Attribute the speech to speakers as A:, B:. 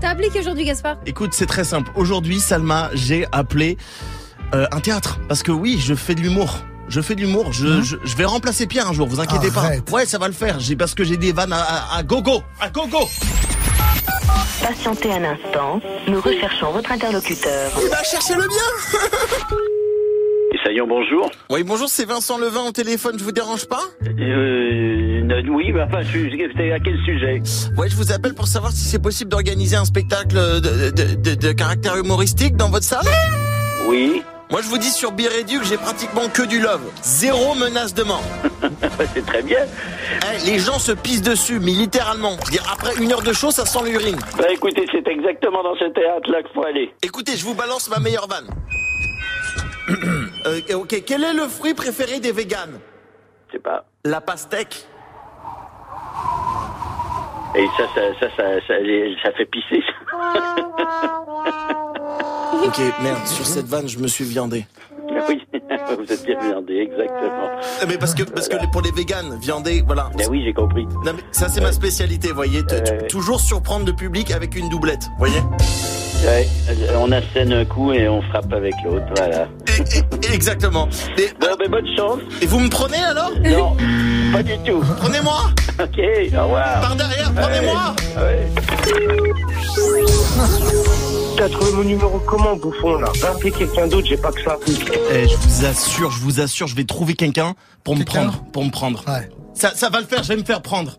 A: public aujourd'hui, Gaspard
B: Écoute, c'est très simple. Aujourd'hui, Salma, j'ai appelé euh, un théâtre. Parce que oui, je fais de l'humour. Je fais de l'humour. Je, je, je vais remplacer Pierre un jour, vous inquiétez
C: Arrête.
B: pas. Ouais, ça va le faire. J'ai Parce que j'ai des vannes à, à- à gogo. À gogo.
D: Patientez un instant, nous recherchons votre interlocuteur.
B: Il va chercher le bien.
E: Saillant, bonjour.
B: Oui, bonjour, c'est Vincent Levin au téléphone. Je vous dérange pas
E: Euh, oui, mais enfin, je suis- c'était à quel sujet
B: Ouais, je vous appelle pour savoir si c'est possible d'organiser un spectacle de, de- de- de caractère humoristique dans votre salle.
E: Oui,
B: Moi, je vous dis sur Biréduc, j'ai pratiquement que du love. Zéro menace de mort.
E: bah, c'est très bien.
B: Eh, les gens se pissent dessus, mais littéralement. Je veux dire, après une heure de show, ça sent l'urine.
E: Bah écoutez, c'est exactement dans ce théâtre-là qu'il faut aller.
B: Écoutez, je vous balance ma meilleure vanne. Euh, ok, quel est le fruit préféré des véganes
E: Je sais pas.
B: La pastèque.
E: Et ça, ça, ça, ça, ça, ça fait pisser. ça.
B: Ok, merde, sur cette vanne, je me suis viandé.
E: oui, vous êtes bien merdé, exactement.
B: Eh, Mais parce que, parce que pour les véganes, viandé, voilà.
E: Ben oui, j'ai compris.
B: Non, mais ça, c'est ma spécialité, voyez. Tu- tu-
E: Ouais.
B: Toujours surprendre le public avec une doublette, voyez.
E: Ouais, euh, on assène un coup et on frappe avec l'autre, voilà.
B: Et- et- exactement. Et,
E: Bon, ben bonne chance.
B: et vous me prenez alors
E: Non, pas du tout.
B: Prenez-moi
E: Ok, au revoir.
B: Par derrière, prenez-moi
E: Ouais.
F: T'as trouvé mon numéro comment, bouffon, là Va appeler quelqu'un d'autre, j'ai pas que ça.
B: Eh, Je vous assure, je vous assure, je vais trouver quelqu'un pour me
C: Quelqu'un
B: prendre. Pour me prendre.
C: Ouais.
B: Ça, ça va le faire, je vais me faire prendre.